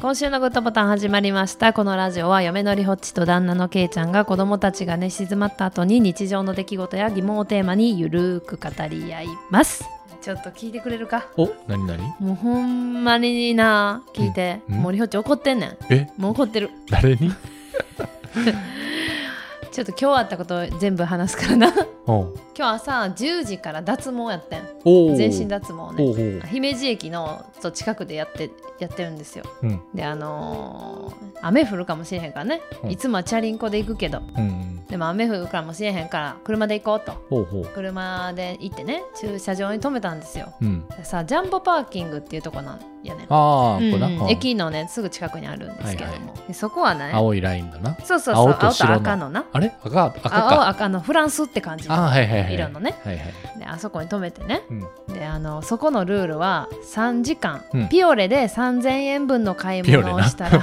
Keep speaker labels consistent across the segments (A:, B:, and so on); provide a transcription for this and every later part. A: 今週のグッドボタン始まりましたこのラジオは嫁のりほっちと旦那のけいちゃんが子供たちが寝静まった後に日常の出来事や疑問をテーマにゆるーく語り合いますちょっと聞いてくれるか
B: お、なになに
A: もうほんまにな聞いて、
B: うんうん
A: もうりほっち怒ってんねん
B: え、
A: もう怒ってる
B: 誰に
A: ちょっと今日あったこと全部話すからな
B: おう
A: 今日朝10時から脱毛やってん
B: おう
A: 全身脱毛ね
B: おうおう
A: 姫路駅のちょっと近くでやってやってるんですよ、
B: うん
A: であのー雨降るかもしれへんからね、
B: うん
A: いつもはチャリンコで行くけど
B: うん
A: でも雨降るかもしれへんから車で行こうと
B: ほうほう
A: 車で行ってね駐車場に停めたんですよ
B: うん
A: でさジャンボパーキングっていうとこなんやね
B: ああ、
A: うん
B: これな、
A: うん
B: あ
A: 駅のねすぐ近くにあるんですけども、
B: はい
A: でそこはね
B: 青いラインだな
A: そうそうそう青
B: 青
A: と
B: と白の
A: 赤のな
B: あれ赤赤
A: あ青
B: か
A: 赤のフランスって感じ
B: あー
A: の
B: はいはいはい
A: 色のね
B: はいはい
A: であそこに止めてね
B: うん
A: であのそこのルールは3時間、
B: うん
A: ピオレで3000円分の買い
B: ピオレ
A: 物を
B: な
A: したら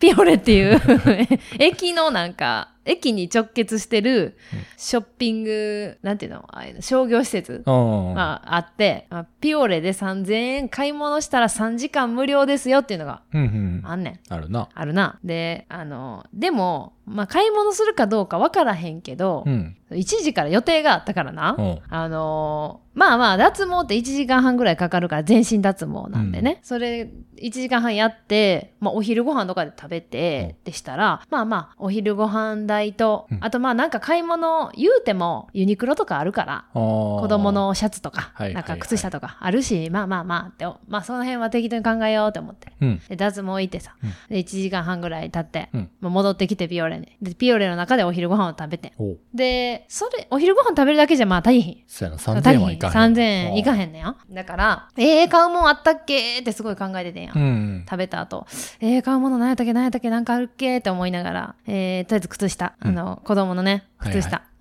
A: ピオレっていう 駅のなんか駅に直結してる
B: うん
A: ショッピングなんていうのああいうの商業施設
B: うん
A: があって、まあピオレで3000円買い物したら3時間無料ですよっていうのが
B: うんうん
A: あんねん。
B: あるな
A: あるな。で、あの、でも、まあ、買い物するかどうかわからへんけど、
B: うん
A: 1時から予定があったからな、
B: うん
A: あのーまあまあ脱毛って1時間半ぐらいかかるから全身脱毛なんでね、それ1時間半やって、まあ、お昼ご飯とかで食べてでしたら、まあまあお昼ご飯代と、
B: うん
A: あとまあなんか買い物言うてもユニクロとかあるから。
B: 子
A: 子供のシャツとか、
B: はい
A: なん
B: は
A: か
B: いはい
A: 靴下とかあるし、まあまあまあって、まあその辺は適当に考えようと思って。
B: うん
A: で、脱毛行ってさ、
B: うん
A: で、1時間半ぐらい経って、
B: うん
A: まあ戻ってきてピオレに。で、ピオレの中でお昼ご飯を食べて。
B: おう
A: で、それ、お昼ご飯食べるだけじゃまあ大変。
B: そうやな
A: 大
B: 3000
A: 変
B: 円はいかへん
A: 3000円いか
B: ん
A: へんねや。だから、えー、買うもんあったっけーってすごい考えててんや。
B: うんん
A: 食べた後、えー、買うもの何やったっけ何やったっけなんかあるっけって思いながら、えー、とりあえず靴下。あの、子供のね、靴下。うん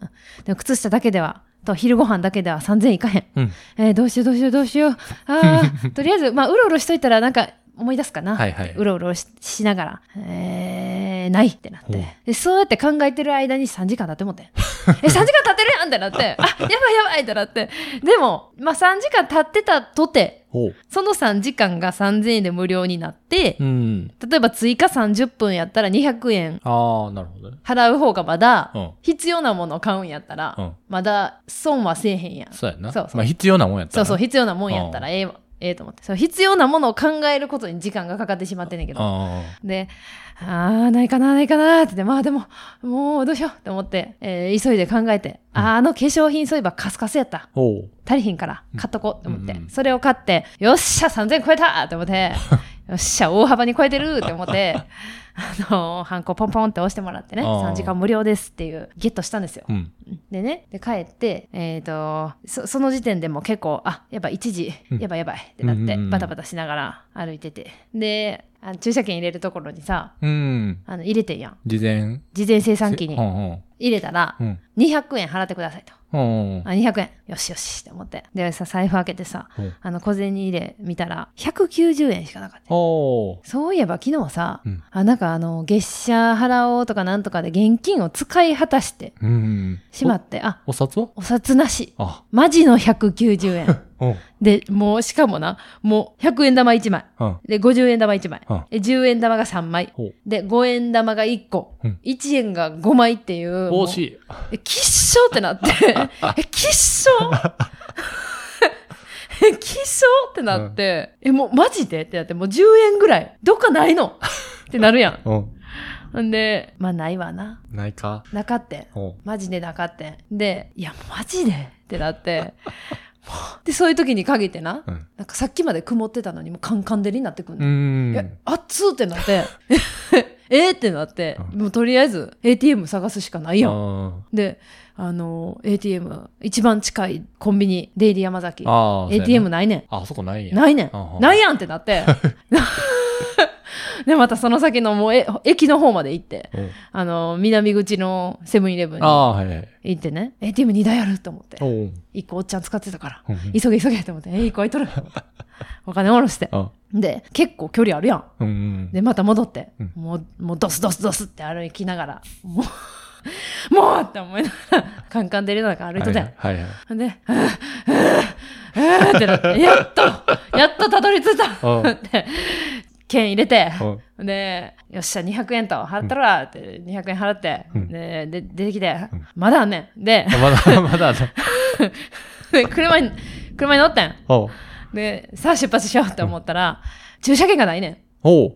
A: でも靴下だけでは、と昼ご飯だけでは3000円いかへん。
B: うん
A: えー、どうしようどうしようどうしよう。あー とりあえず、まあ、うろうろしといたらなんか思い出すかな。
B: はいはいう
A: ろうろししながら、えー、ないってなっ
B: うん
A: て。で、そうやって考えてる間に3時間経ってもってん。え、3時間経ってるやんってな って。あ、やばいやばいってなって。でも、まあ、3時間経ってたとて、
B: おう
A: その3時間が3000円で無料になって
B: う、ん
A: 例えば追加30分やったら200円
B: ああなるほどね
A: 払う方がまだ
B: う、ん
A: 必要なものを買うんやったら、
B: うん
A: まだ損はせえへんやん。
B: そうやな
A: そうそう
B: まあ必要なもんやった
A: そう
B: ら
A: そう
B: う
A: 必要なもんやったらええわええと思ってそう必要なものを考えることに時間がかかってしまってんねんけど
B: あ
A: であーないかなないかなって言ってまあでももうどうしようって思って、えー急いで考えて、あーあの化粧品そういえばカスカスやった
B: ーおう
A: 足りひんから買っとこうと思って、
B: うんうん
A: それを買ってよっしゃ3000超えたって思って よっしゃ大幅に超えてるって思ってあのーハンコポンポンって押してもらってね
B: あー
A: 3時間無料ですっていうゲットしたんですよ
B: うん
A: でねで帰って、えー、とそその時点でも結構あやっぱ1時
B: うん
A: やばいやばいってなって、
B: うんうんうん
A: バタバタしながら歩いててであの駐車券入れるところにさ
B: うん。
A: あの入れてんやん
B: 事前。
A: 事前生産機に
B: うんうん。
A: 入れたら
B: うん。
A: 200円払ってくださいと
B: うんうん
A: あ200円よしよしって思ってでさ財布開けてさ
B: うん。
A: あの小銭入れ見たら190円しかなかった
B: おー。
A: そういえば昨日さ、
B: うん
A: あなんかあの月謝払おうとかなんとかで現金を使い果たして
B: うん。
A: しまってあ
B: お。お札は
A: お札なし
B: あ。
A: マジの190円。
B: うん。
A: で、もうしかもな、もう100円玉1枚。
B: うん。
A: で、50円玉1枚
B: うん。
A: で、10円玉が3枚。
B: ほう。
A: で、5円玉が1個。
B: うん
A: 1円が5枚っていう。もう
B: 惜しい。
A: え、きっしょってな って。え、きっ しょえ、きっしょってなって。え、もうマジでってなって、もう10円ぐらい。どっかないのってなるや
B: うん。
A: ん。 んで、まあないわな。
B: ないか。
A: なかってん。
B: お
A: マジでなかってん。で、いや、マジでってなって。 もうで、そういう時に限ってな。
B: うん。
A: なんかさっきまで曇ってたのにもうカンカン照りになってくる
B: う
A: の、
B: ん。
A: え熱っってなって えーってなって
B: うん
A: もうとりあえず ATM 探すしかないやん
B: あ
A: であの ATM 一番近いコンビニデイリー山崎
B: ーあー。そうや
A: ATM
B: な。
A: ないね
B: あ、そこないん
A: ん
B: や。
A: ないね
B: うん
A: んないやんってなって でまたその先のもうえ駅の方まで行って
B: うん
A: あの南口のセブンイレブンに
B: ああー、はいはい。
A: 行ってね ATM2 台あると思って
B: おー
A: 1個おっちゃん使ってたから
B: うんうん
A: 急げ急げと思ってえ1個空い とるお金下ろして
B: あ。
A: で結構距離あるやん
B: うんうん。
A: でまた戻って、
B: うん
A: もうもうドスドスドスって歩きながらもう もうって思いながらカンカン出る中歩いとったやん、
B: はいはいはいはい。
A: ほんで「うー うーうーってなってやっとやっとたどり着いた
B: うん
A: って券入れて、
B: うん
A: で、よっしゃ、200円と払ったら、って200円払って、
B: うん
A: で、で出てきて、
B: うん
A: まだあんねん。で、
B: まだ、まだある、
A: で車に、車に乗ってん。
B: おう
A: で、さあ出発しようって思ったら、駐車券がないねん。
B: おう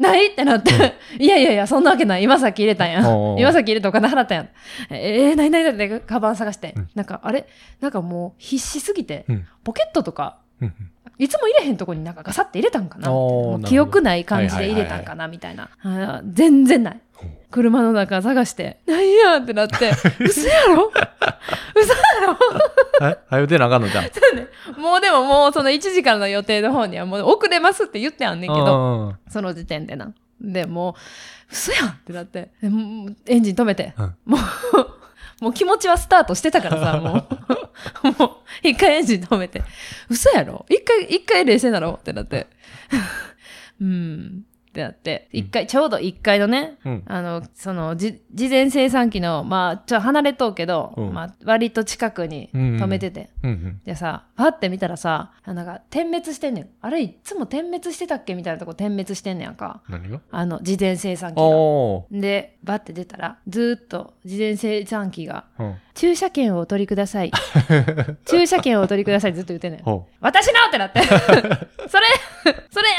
A: ないってなって、いやいやいや、そんなわけない。今さっき入れたんや
B: おうお。う
A: 今さっき入れてお金払ったんや。えー、ないないないって、カバン探して。
B: うん
A: なんか、あれなんかもう必死すぎて、
B: うん
A: ポケットとか、
B: うん
A: いつも入れへんとこになんかガサって入れたんかな。
B: おー
A: もう
B: なるほど
A: 記憶ない感じで入れたんかな、みたいな。あー全然ない。車の中探して、なんやってな って、嘘やろ嘘やろ
B: えはよ出なあかんのじゃん。
A: もうでももうその1時からの予定の方にはもう遅れますって言ってあんねんけど、
B: うん
A: その時点でな。で、もう、嘘やんってなって、でもうエンジン止めて、
B: うん
A: もう、もう 気持ちはスタートしてたからさ、もう、もう、一回エンジン止めて、嘘やろ一回、一回冷静だろってなって、 うん、ってなって、一回、ちょうど一回のね、
B: うん。
A: あの、その、じ事前生産機の、まあ、ちょ、離れとうけど、
B: うん
A: まあ、割と近くに止めてて、
B: うんうん。
A: でさ、パって見たらさ、なんか点滅してんねん。あれ、いっつも点滅してたっけみたいなとこ点滅してんねやんか。
B: 何が
A: あの、自転生産機が。
B: お
A: で、バって出たら、ずーっと自転生産機が、
B: ーうん。
A: 駐車券をお取りください。 駐車券をお取りください。ずっと言ってんねん。
B: おう
A: 私のってな って。それ、それ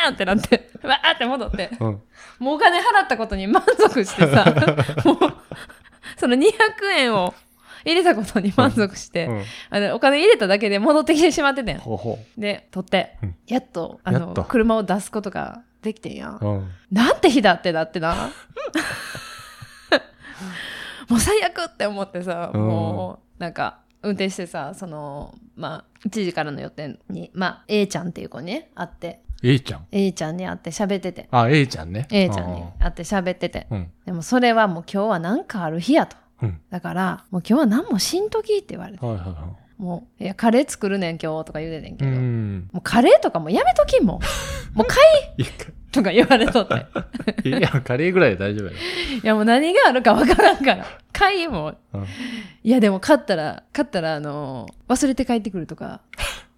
A: やんってなって。わーって戻って。
B: うん。
A: もうお金払ったことに満足して さ、もう、その200円を入れたことに満足して、
B: うん。
A: あのお金入れただけで戻ってきてしまっててん。
B: ほうほ
A: で、取って
B: うん、
A: やっと、あ
B: や
A: の
B: っと、
A: 車を出すことができてんやん
B: う。。うん。
A: なんて日だってだってな。 もう最悪って思ってさ、
B: うん
A: もう、なんか、運転してさ、その、まあ、1時からの予定に、まあ、A ちゃんっていう子にね、会って、
B: A ちゃん。
A: A ちゃんに会って喋ってて、
B: あ、A ちゃんね。
A: A ちゃんに会って喋ってて、
B: うん。
A: でもそれはもう今日はなんかある日やと。
B: うん。
A: だから、もう今日は何もしんときって言われて、
B: はいはいは
A: もう、いや、カレー作るねん今日とか言うててん
B: い。
A: け
B: う
A: ど、
B: ん。
A: もうカレーとかもうやめときん もん。もう買
B: いいか
A: いとか言われと って。
B: いや、カレーぐらいで大丈夫や
A: いやもう何があるかわからんから。買いもう。
B: ろ。うん
A: いやでも買ったら、買ったらあのー忘れて帰ってくると か、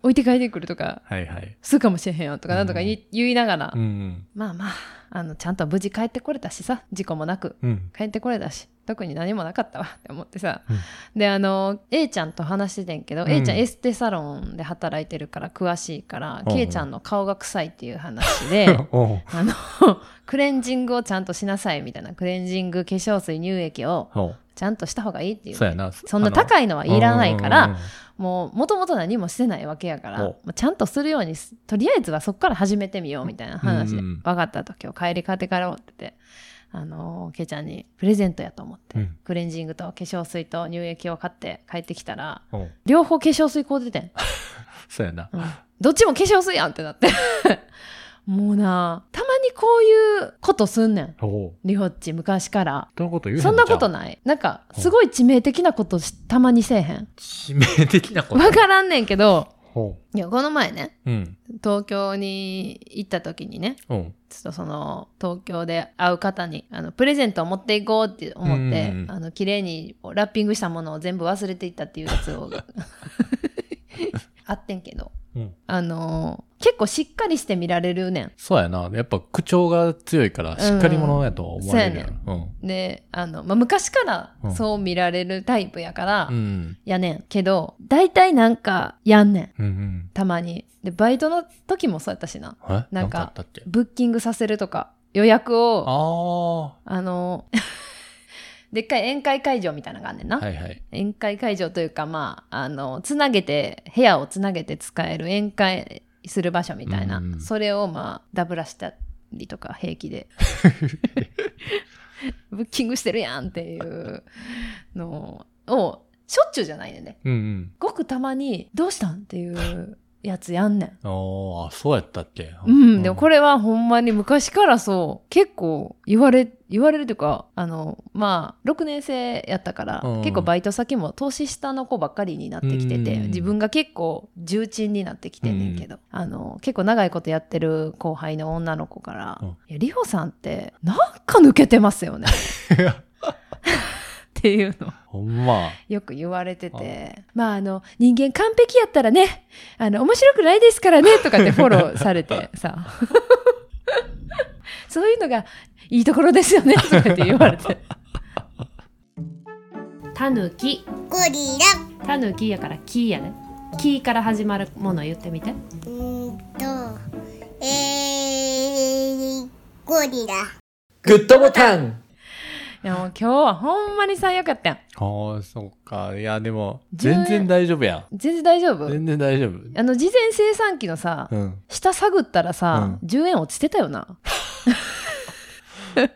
A: 置いて帰ってくるとか、
B: はいはい。
A: するかもしれへんよとかなんとか言い,、言いながら、
B: うん。
A: まあまあ、あの、ちゃんと無事帰ってこれたしさ、事故もなく。
B: うん。
A: 帰ってこれたし特に何もなかったわって思ってさ、
B: うん
A: であの A ちゃんと話しててんけど、
B: うん
A: A ちゃんエステサロンで働いてるから詳しいから、
B: うん
A: K ちゃんの顔が臭いっていう話 で
B: おう
A: あの クレンジングをちゃんとしなさいみたいなクレンジング化粧水乳液を
B: おう
A: ちゃんとした方がいいっていう
B: そうやな。
A: そんな高いのはいらないか
B: うんうん
A: らもうもともと何もしてないわけやから
B: お
A: もうちゃんとするようにすとりあえずはそこから始めてみようみたいな話で、
B: うんうん
A: 分かったと今日帰り買って帰ろうって言って。あのー、ケイちゃんにプレゼントやと思って、
B: うん
A: クレンジングと化粧水と乳液を買って帰ってきたら
B: うんうん
A: 両方化粧水買うててん、
B: そうやな。
A: うんどっちも化粧水やんってなって もうなたまにこういうことすんねん
B: おう
A: リホッチ昔から
B: そんなこと言う
A: そんなこと
B: い。
A: ないなんかすごい致命的なことしたまにせえへん
B: 致命的なこと。
A: 分からんねんけど
B: ほ
A: いやこの前ね
B: う。うん。
A: 東京に行った時にね
B: うん。
A: ちょっとその東京で会う方にあのプレゼントを持っていこうって思って
B: うん
A: あの綺麗にラッピングしたものを全部忘れていったっていうやつ をあってんけど
B: うん。
A: あのー結構しっかりして見られるね
B: そうやな。やっぱ口調が強いから、しっかり者やと思われるやん。うん。
A: んであの、まあ、昔からそう見られるタイプやから、
B: うん。
A: やねんけど大体なんかやんねん
B: うんうん。
A: たまにでバイトの時もそうやったしな
B: え
A: な
B: なん
A: か
B: んかあったっけ
A: ブッキングさせるとか予約を
B: ああ。は
A: あの、 でっかい宴会会場みたいなのがあんねんな。
B: いはい。
A: 宴会会場というか、まあ、あの、つなげて、部屋をつなげて使える宴会する場所みたいな。
B: うん
A: それを、まあ、ダブらしたりとか、平気 で。ブッキングしてるやんっていうのを、しょっちゅうじゃないねんね。
B: うん
A: ごくたまに、どうしたんっていうやつやんねん。
B: うん。おーあ、そうやったっけ。
A: うん、でもこ
B: れ。
A: れはほんまに昔からそう、結構言われ、言われるというか、あの、まあ、6年生やったから、
B: うん
A: 結構バイト先も年下の子ばっかりになってきてて、
B: うん
A: 自分が結構重鎮になってきてんねんけど、あの、結構長いことやってる後輩の女の子から、
B: うん
A: いや、リホさんって、なんか抜けてますよね。っていうのを
B: ほんま。
A: よく言われてて、まああの、人間完璧やった らね、あの、面白くないですからね、とかってフォローされてさ。 そういうのがいいところですよね、とかって言われ て。タヌキ、
C: ゴリラ
A: タヌキやからキーやね。キーから始まるものを言ってみて。
C: うーんとえー、ゴリラ
D: グッドボタン
A: いやもう今日はほんまに最悪やったやん。
B: ああ、そうか。いや、でも、
A: 重要
B: 全然大丈夫や
A: 全然大丈夫
B: ん。全然大丈夫。
A: あの、事前生産機のさ、
B: うん。
A: 下探ったらさ、10円落ちてたよな。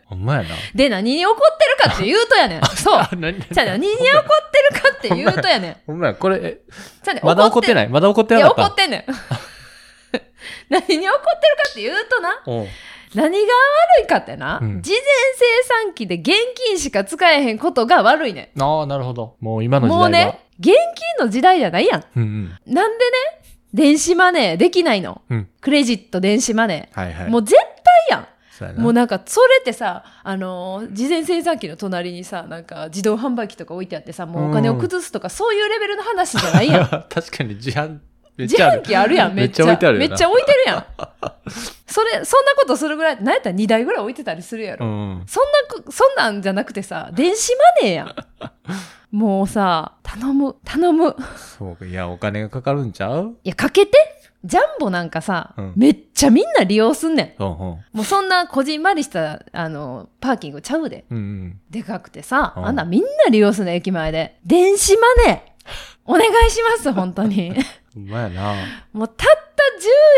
B: ほんまやな。
A: で、何に怒ってるかって言うとや ねん。そう。
B: あ、何
A: じゃあ何に怒ってるかって言うとや ねん。
B: ほんまや、これ、え
A: じゃあね
B: まだ怒って
A: い
B: ない。まだ怒って
A: い
B: な
A: や、怒
B: かっ
A: ってんねん。 何に怒ってるかって言うとな、
B: た。おう
A: 何が悪いかってな、
B: うん
A: 事前生産機で現金しか使えへんことが悪いね
B: ああ、なるほど。もう今
A: ん。
B: の時代
A: も
B: は。
A: うね、現金の時代じゃないやん。
B: うんうん。
A: なんでね、電子マネーできないの。
B: うん
A: クレジット電子マネー。
B: はいはい。
A: もう絶対や
B: そうや
A: ん。
B: な
A: もうなんか、それってさ、あのー事前生産機の隣にさ、なんか自動販売機とか置いてあってさ、もうお金を崩すとか、そういうレベルの話じゃ ないやん。
B: 確かに自販、めっ
A: 自
B: ちゃある
A: 販。機あるやん、めっちゃ。
B: めっちゃ置いてあるよ
A: め
B: な
A: っちゃ置いてるやん。 それ、そんなことするぐらい、なんやったら2台ぐらい置いてたりするや
B: う
A: ろ。
B: ん。
A: そんなこ、そんなんじゃなくてさ、電子マネーや ん。もうさ、頼む、頼む。
B: そうか。いや、お金がかかるんちゃう
A: いや、かけて。ジャンボなんかさ、
B: うん
A: めっちゃみんな利用すんね
B: うんうん。
A: ん。もうそんなこじんまりした、あの、パーキングちゃうで。
B: うんうん。
A: でかくてさ、
B: うん
A: あんなみんな利用すんねん、駅前で。電子マネー。お願いします、本当に。
B: ほんまやな。
A: もうたった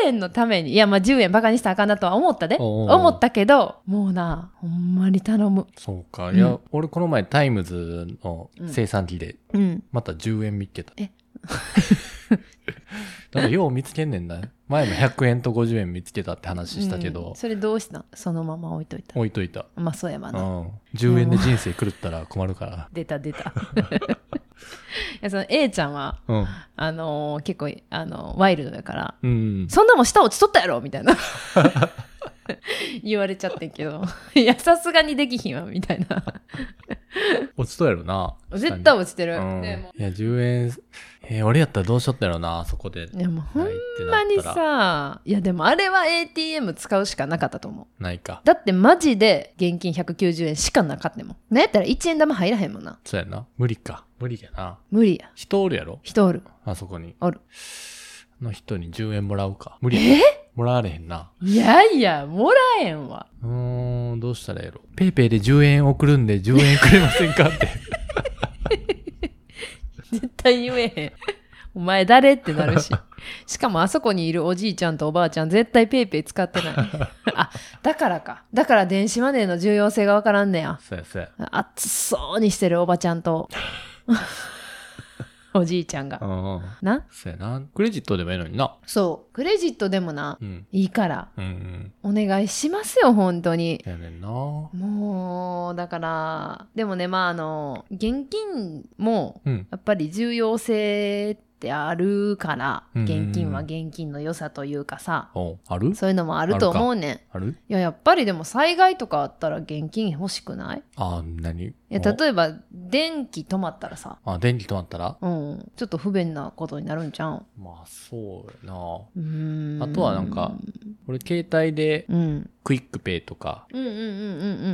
A: 10円のために、いやまあ10円バカにしたらあかんなとは思ったで。
B: おうおうおう
A: 思ったけど、もうな、ほんまに頼む。
B: そうか。
A: うん
B: いや、俺この前タイムズの生産機で、
A: うん。
B: また10円見っけた。
A: え
B: なんかよう見つけんねんな。前も100円と50円見つけたって話したけ
A: うん
B: ど、
A: それどうしたそのまま置いといた。
B: 置いといた。
A: まあそうやわ
B: う
A: な。
B: ん。10円で人生狂ったら困るか
A: 出た出た。 いやその A ちゃんは、
B: ら。うん。
A: あのー結構、あのーワイルドだから、
B: うん。
A: そんなもん下落ちとったやろみたい な。言われちゃってんけど。いや、さすがにできひんわ、みたいな。
B: 落ちとやろな。
A: 絶対落ちてる。
B: うん
A: でも
B: いや、10円、えー俺やったらどうしよったやろな、あそこで。
A: いや、もうほん
B: ないってな
A: まに
B: ったら。
A: さ、いやでもあれは ATM 使うしかなかったと思う。
B: ないか。
A: だってマジで現金190円しかなかったもん。なんやったら1円玉入らへんもんな。
B: そうやな。無理か。無理やな。
A: 無理や。
B: 人おるやろ
A: 人おる。
B: あそこに。
A: おる。
B: の人に10円もらうか。無理や。
A: え
B: もらわれへんな。
A: いやいや、もらえんわ。
B: うーん、どうしたらええやろ。ペイペイで10円送るんで10円くれませんかって。
A: 絶対言えへん。お前誰ってなるし。しかもあそこにいるおじいちゃんとおばあちゃん絶対ペイペイ使ってない。あ、だからか。だから電子マネーの重要性がわからんねや。
B: そうやそうや。
A: 熱そうにしてるおばちゃんとおじいちゃんが
B: う。ん。
A: な
B: そうやな。クレジットでもいいのにな。
A: そう。クレジットでもな、
B: うん。
A: いいから。
B: うんうん。
A: お願いしますよ、本当に。
B: やねんな。
A: もうだからでもねまああの現金も
B: うん。
A: やっぱり重要性ってあるから
B: うん
A: 現金は現金の良さというかさ
B: おある
A: そういうのもあると思うねんい
B: ある
A: ややっぱりでも災害とかあったら現金欲しくない
B: あ、何い
A: いや例えば電気止まったらさ
B: あ、電気止まったら
A: うんちょっと不便なことになるんじゃん
B: まあ、そうやな。
A: うーん
B: あとはなんか俺、携帯で
A: うん
B: クイックペイとか、
A: うんうんうんう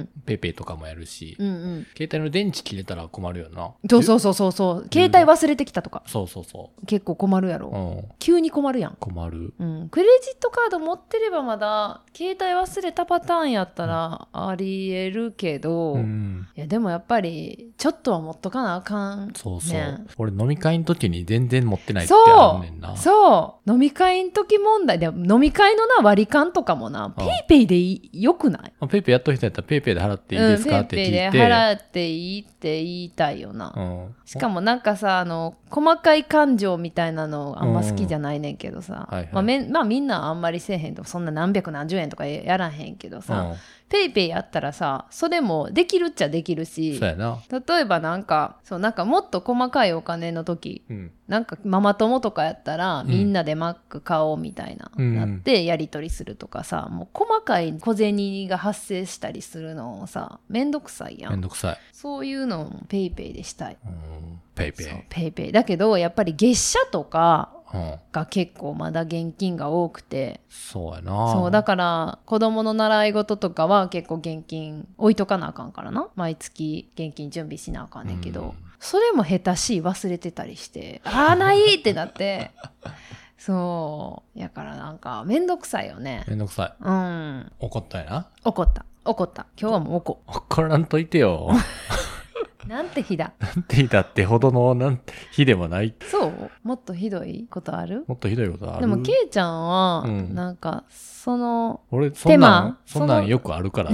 A: ん
B: ペイペイとかもやるし、
A: うんうんうん
B: 携帯の電池切れたら困るよな。
A: そうそうそうそうそう携帯忘れてきたとか
B: そうそうそ
A: 結構困るや
B: う。う
A: ろ
B: ん。
A: 急に困るやん
B: 困る。
A: うん、クレジットカード持ってればまだ携帯忘れたパターンやったらありえるけど、
B: うん。
A: いやでもやっぱりちょっとは持っとかなあかん
B: そうそう。
A: ね
B: 俺飲み会の時に全然持ってないってあん
A: そ
B: ねんな。
A: うそう飲み会の時問題で飲み会のな割り勘とかもなペイペイでいいよくない
B: あペイペイやっとる人やったらペイペイで払っていい
A: うん
B: ですか、って
A: ペイペ
B: 聞
A: イで
B: いて。
A: 払っていいって言いたいよな、
B: うん、
A: しかもなんかさあの細かい感情みたいなのあんま好きじゃないねんけどさ、
B: うんはいはい
A: まあめんまあみんなあんまりせえへんとそんな何百何十円とかやらへんけどさ、
B: うん、
A: ペイペイやったらさそれもできるっちゃできるし
B: そうやな。
A: 例えばなんかそうなんかもっと細かいお金の時
B: うん。
A: なんかママ友とかやったら、
B: ん
A: みんなでマック買おうみたいな、
B: うん
A: なってやり取りするとかさもう細かい小銭が発生したりするのをさめんどくさいや
B: めん
A: ん
B: どくさい。
A: そういうのもペイペイでしたい。
B: うん。ペイペイ
A: そう。ペイペイだけどやっぱり月謝とか
B: うん。
A: が結構まだ現金が多くて
B: そうやな。
A: そうだから子供の習い事とかは結構現金置いとかなあかんからな毎月現金準備しなあかんねんけど、
B: うん
A: それも下手しい忘れてたりしてああないってなって そうやからなんかめんどくさいよね
B: めんどくさい。
A: うん
B: 怒ったんやな。
A: 怒った怒った今日はもう怒
B: 怒らんといてよ。
A: なんて日だ
B: なんて言ったってほどの、なんて、日でもない。
A: そうもっとひどいことある
B: もっとひどいことある。
A: でもケイちゃんは、
B: うん
A: なんかその
B: 俺、そんなん、
A: 手間
B: そんな
A: そ
B: ん
A: の
B: よくある から。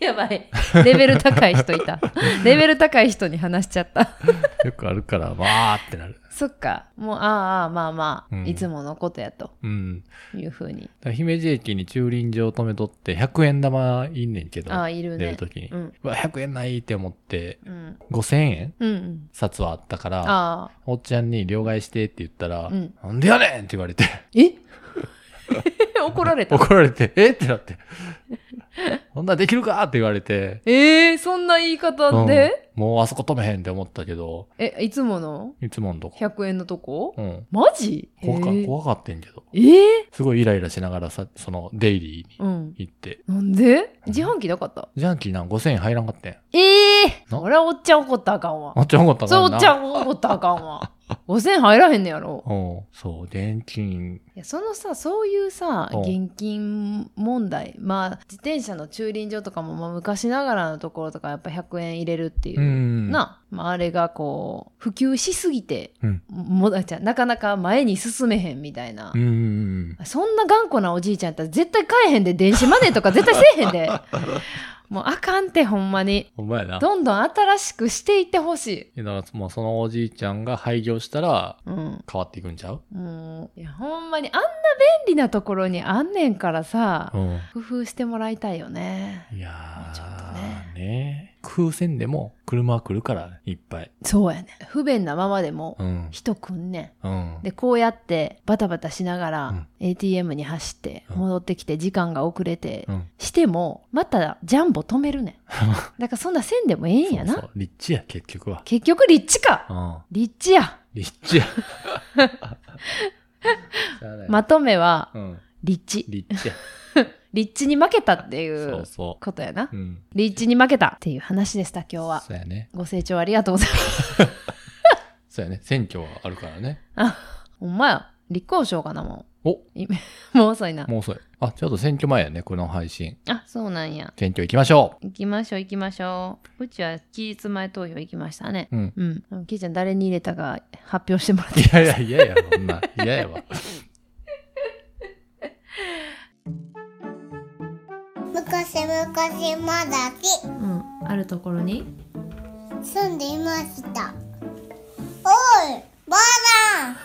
A: やばいレベル高い人い たレベル高い人に話しちゃった
B: よくあるから、わーってなる。
A: そっかもうああああまあまあ、
B: うん
A: いつものことやと
B: うん。
A: いうふうに
B: だから姫路駅に駐輪場止めとって、100円玉いんねんけど、
A: ああいる
B: 出
A: ね
B: るときに。
A: うん
B: うわ、100円ないって思って、
A: うん
B: 5000円
A: うんうん
B: 札はあったから、
A: ああ
B: おっちゃんに両替してって言ったら、
A: うん
B: なんでやねんって言 われて、
A: え 怒られた
B: 怒られて、えってなって、そんなできるかって言われて、
A: えー、そんな言い方で、
B: うんもうあそこ止めへんって思ったけど、
A: えいつもの
B: いつもんとこ。
A: 100円のとこ、
B: うん。
A: マジ
B: 怖か
A: えー
B: 怖かってんけど。
A: えー
B: すごいイライラしながらさ、その、デイリー
A: う
B: に
A: ん
B: 行って。
A: なんで自販機なかった
B: ジャンキーなん5000円入らんかったんや。
A: ええー、
B: な
A: そりゃおっちゃん怒ったらあかんわ
B: あっちゃん怒った
A: そう
B: か
A: お
B: な。
A: っちゃん怒ったらあかん わ5000円入らへんねやろ
B: うん。そう、現金。
A: いやそのさそういうさ
B: うん
A: 現金問題まあ自転車の駐輪場とかも、まあ、昔ながらのところとかやっぱ100円入れるっていう、
B: ん
A: な、まあ、あれがこう普及しすぎて、
B: うん
A: もあじゃあなかなか前に進めへんみたいな、
B: うんうん
A: そんな頑固なおじいちゃんやったら絶対買えへんで電子マネー とか絶対せえへんでもうあかんってほんまに
B: ほんまやな。だか
A: どんどん新しくしていってほしい。
B: らもうそのおじいちゃんが廃業したら
A: うん、
B: 変わっていくんちゃう
A: もういやほんまにあんな便利なところにあんねんからさ、
B: うん。
A: 工夫してもらいたいよね
B: い
A: も
B: や
A: う
B: ー、
A: ちょっと
B: ね
A: ね
B: 空戦でも車は来るから、いっぱい。
A: そうやね不便なままでも
B: うん。
A: 人来んね
B: うん
A: ん。でこうやってバタバタしなが
B: うん
A: ら ATM に走って
B: うん
A: 戻ってきて時間が遅れて
B: うん。
A: してもまたジャンボ止めるねんだからそんなせんでもええんやな
B: そうそう。立地や、結局は。
A: 結局立地か
B: うん。
A: 立地や
B: 立地や。しゃあな い
A: まとめは
B: うん。
A: 立地
B: 立地や。
A: 立地に負けたってい
B: そううそ
A: ことやな
B: う。うん。
A: 立地に負けたっていう話でした今日は
B: そうやね。
A: ご清聴ありがとうございます
B: そうやね。選挙はあるからね。
A: ほんまや立候補しようかなも
B: お
A: う今もう遅いな
B: もう遅い。あ、ちょっと選挙前やね、この配信。
A: あそうなんや
B: 選挙行きましょ
A: 行きましょう行きましょううちは期日前投票行きましたね
B: う。うん。
A: うんでもキイちゃん誰に入れたか発表してもらって
B: いやいや、いやいや、そんな。いややわ。
C: むかしむかしまだ
A: う
C: け
A: んあるところに
C: 住んでいましたおいばあさん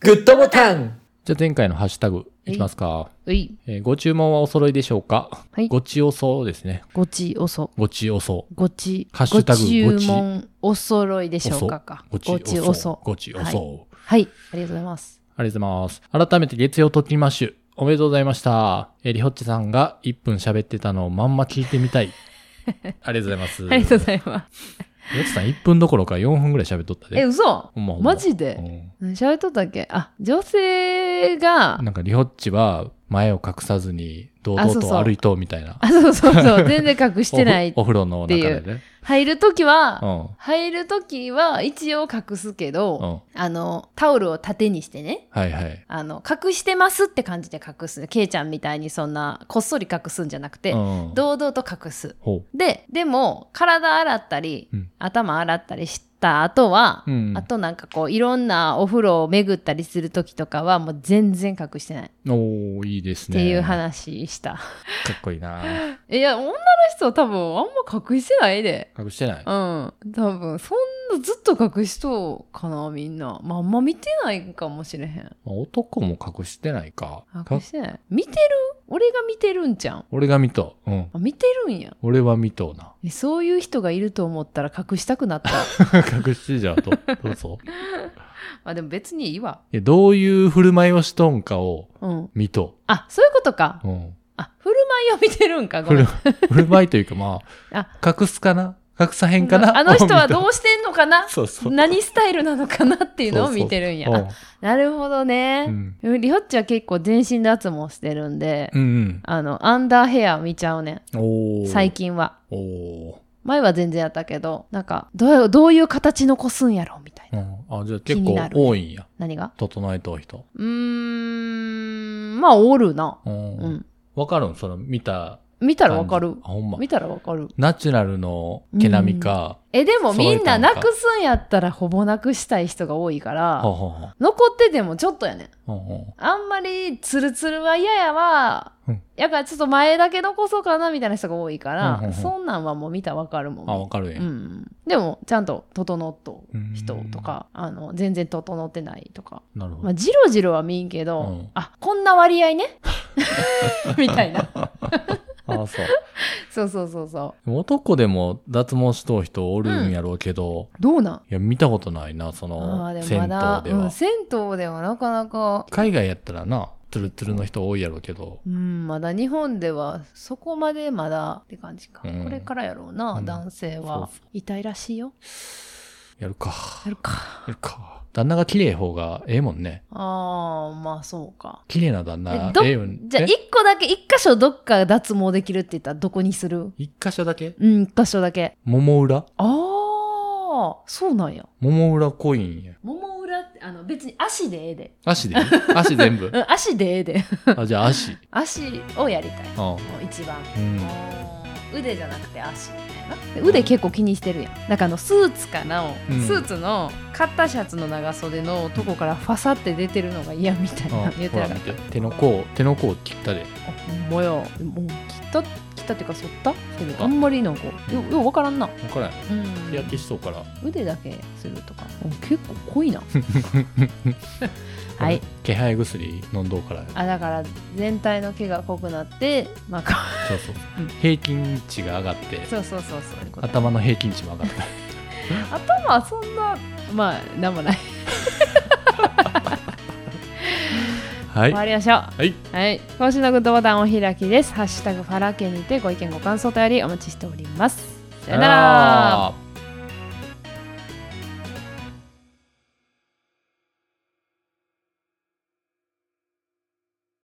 D: グッドボタン
B: じゃあ前回のハッシュタグいきますか。
A: うい
B: えーご注文はお揃いでしょうか、
A: はい
B: ごちおそうですね。
A: ごちおそ
B: ごちおそ
A: ごち
B: ハッシュタグ
A: ご注文お揃いでしょうかか
B: う。ごちおそう。
A: おそ
B: ごちおそう。
A: はいありがとうございます
B: ありがとうございます。改めて月曜ときマッシュ、おめでとうございました。えー、りほっちさんが1分喋ってたのをまんま聞いてみ たい。ありがとうございます。
A: ありがとうございます
B: りほっちさん1分どころか4分ぐらい喋っとった
A: え
B: で。
A: 嘘
B: ほんまほんま
A: マジ
B: う
A: で
B: ん
A: 何喋っとったっけあ女性が
B: なんかりほっちは前を隠さずに堂々
A: あそうそ
B: と
A: う
B: 歩いとうみたいな。
A: あそうそうそう全然隠 してない
B: おお風呂の中でね。
A: 入るとき
B: う
A: は
B: ん。
A: 入るときは一応隠すけど、
B: うん。
A: あの、タオルを縦にしてね。
B: はいはい。
A: あの、隠してますって感じで隠す。ケイちゃんみたいにそんな、こっそり隠すんじゃなくて、
B: うん、
A: 堂々と隠す。
B: ほ
A: で、でも、体洗ったり、
B: うん
A: 頭洗ったりした後は、
B: う。うん。
A: あとなんかこう、いろんなお風呂を巡ったりする時とかは、もう全然隠してない。っ
B: おー、いいですね。
A: ていう。話した。
B: かっこいいな。
A: いや、女の人多分あんま隠してないで。
B: 隠してな
A: う
B: い。
A: ん。多分、そんなずっと隠しとうかな、みんな。まあ、あんま見てないかもしれへん。
B: まあ男も隠してないか。
A: 隠してない見てる俺が見てるんじゃん
B: 俺が見とう。うん。
A: あ見てるんや
B: 俺は見とうな。
A: えそういう人がいると思ったら隠したくなった
B: 隠してじゃん と。どうぞ。
A: あでも別にいいわ
B: いやどういう振る舞いをしとんかを
A: うん
B: 見と
A: あそういうことか
B: う。うん。
A: あ振る舞いを見てるんかご
B: 振
A: め
B: る
A: ん
B: 振る舞いというかまあ、隠すかな格差変かな
A: あの人 は
B: う
A: どうしてんのかな
B: そうそう
A: 何スタイルなのかなっていうのを見てるんや。
B: そうそう
A: あなるほどね。
B: うん
A: リホッチは結構全身脱毛してるんで、
B: うんうん
A: あの、アンダーヘア見ちゃうね。
B: うんおー
A: 最近は。
B: おー
A: 前は全然やったけど、なんか、どうどういう形残すんやろみたいな。
B: うん、あじゃあ結
A: 気にな
B: 構
A: る
B: 多いんや
A: 何が
B: 整えた人、
A: うーん、まあ、おるな。
B: うん
A: うん。
B: わかるんその見た
A: 見たらわかる
B: 感じ。あほんま
A: 見たらわかる。
B: ナチュラルの毛並みか、
A: え、でもみんな
B: 揃えたの
A: な
B: か
A: くすんやったらほぼなくしたい人が多いから、
B: ほうほうほう
A: 残っててもちょっとやねん。
B: ほうほ
A: あんまりツルツルは嫌やわ。
B: うん
A: やからちょっと前だけ残そうかなみたいな人が多いから、
B: うんうんうん
A: そんなんはもう見たらわかるも。
B: うんあわかるや、
A: うんん、でもちゃんと整っとう人とかあの全然整ってないとか、
B: なるほど、
A: まあ、ジロジロは見んけど、
B: うん
A: あこんな割合 ねみたいな
B: あそう
A: そうそうそうそ
B: でも男でも脱毛しとう人おるんやろうけど、
A: うどうなん
B: いや見たことないなその
A: あーで
B: 銭
A: も
B: 湯で
A: まだ
B: は、
A: うん、銭湯ではなかなか
B: 海外やったらなツルツルの人多いやろうけど
A: うんまだ日本ではそこまでまだって感じか、
B: うん
A: これからやろうな、
B: うん
A: 男性は
B: そうそ
A: 痛いらしいよ
B: やるか
A: やるか
B: やるか旦那が綺麗い方がええもんね
A: あーまあそうか
B: 綺麗な旦那
A: えど
B: ええよね
A: じゃあ
B: え
A: 一個だけ一箇所どっか脱毛できるって言ったらどこにする
B: 一箇所だけ
A: うん一箇所だけ
B: 桃裏
A: ああそうなんや
B: 桃裏濃いんや
A: もも裏ってあの別に足でええで
B: 足 でいい足全部
A: うん足でええで
B: あじゃあ足
A: 足をやりたいも
B: あ
A: う一番
B: うん
A: 腕じゃなくて足みたいな腕結構気にしてるやんなんかあのスーツかな、
B: うん
A: スーツのカッターシャツの長袖のとこからファサって出てるのが嫌みたいな
B: あ
A: 言って
B: ほ
A: な
B: ら
A: かっ
B: 見て手の甲手の甲切ったで
A: たほんまやもう切った切ったっていうか剃ったけど
B: た
A: あんまりなんかよよう分からんな、
B: 分からん
A: うん
B: 日焼けしそうから
A: 腕だけするとかうん結構濃 いなはい
B: 気配薬飲んどうからよ
A: あだから全体の毛が濃くなってまあこ
B: そうそう
A: うん
B: 平均値が上がって
A: うそうそうそうそういうこと
B: 頭の平均値も上が った
A: 頭はそんなまあなんもない
B: は
A: 終
B: い
A: わりましょう
B: はい
A: はい、今週のグッドボタンお開きです。ハッシュタグファラ家にてご意見ご感想とよりお待ちしております。さよなら。
B: ら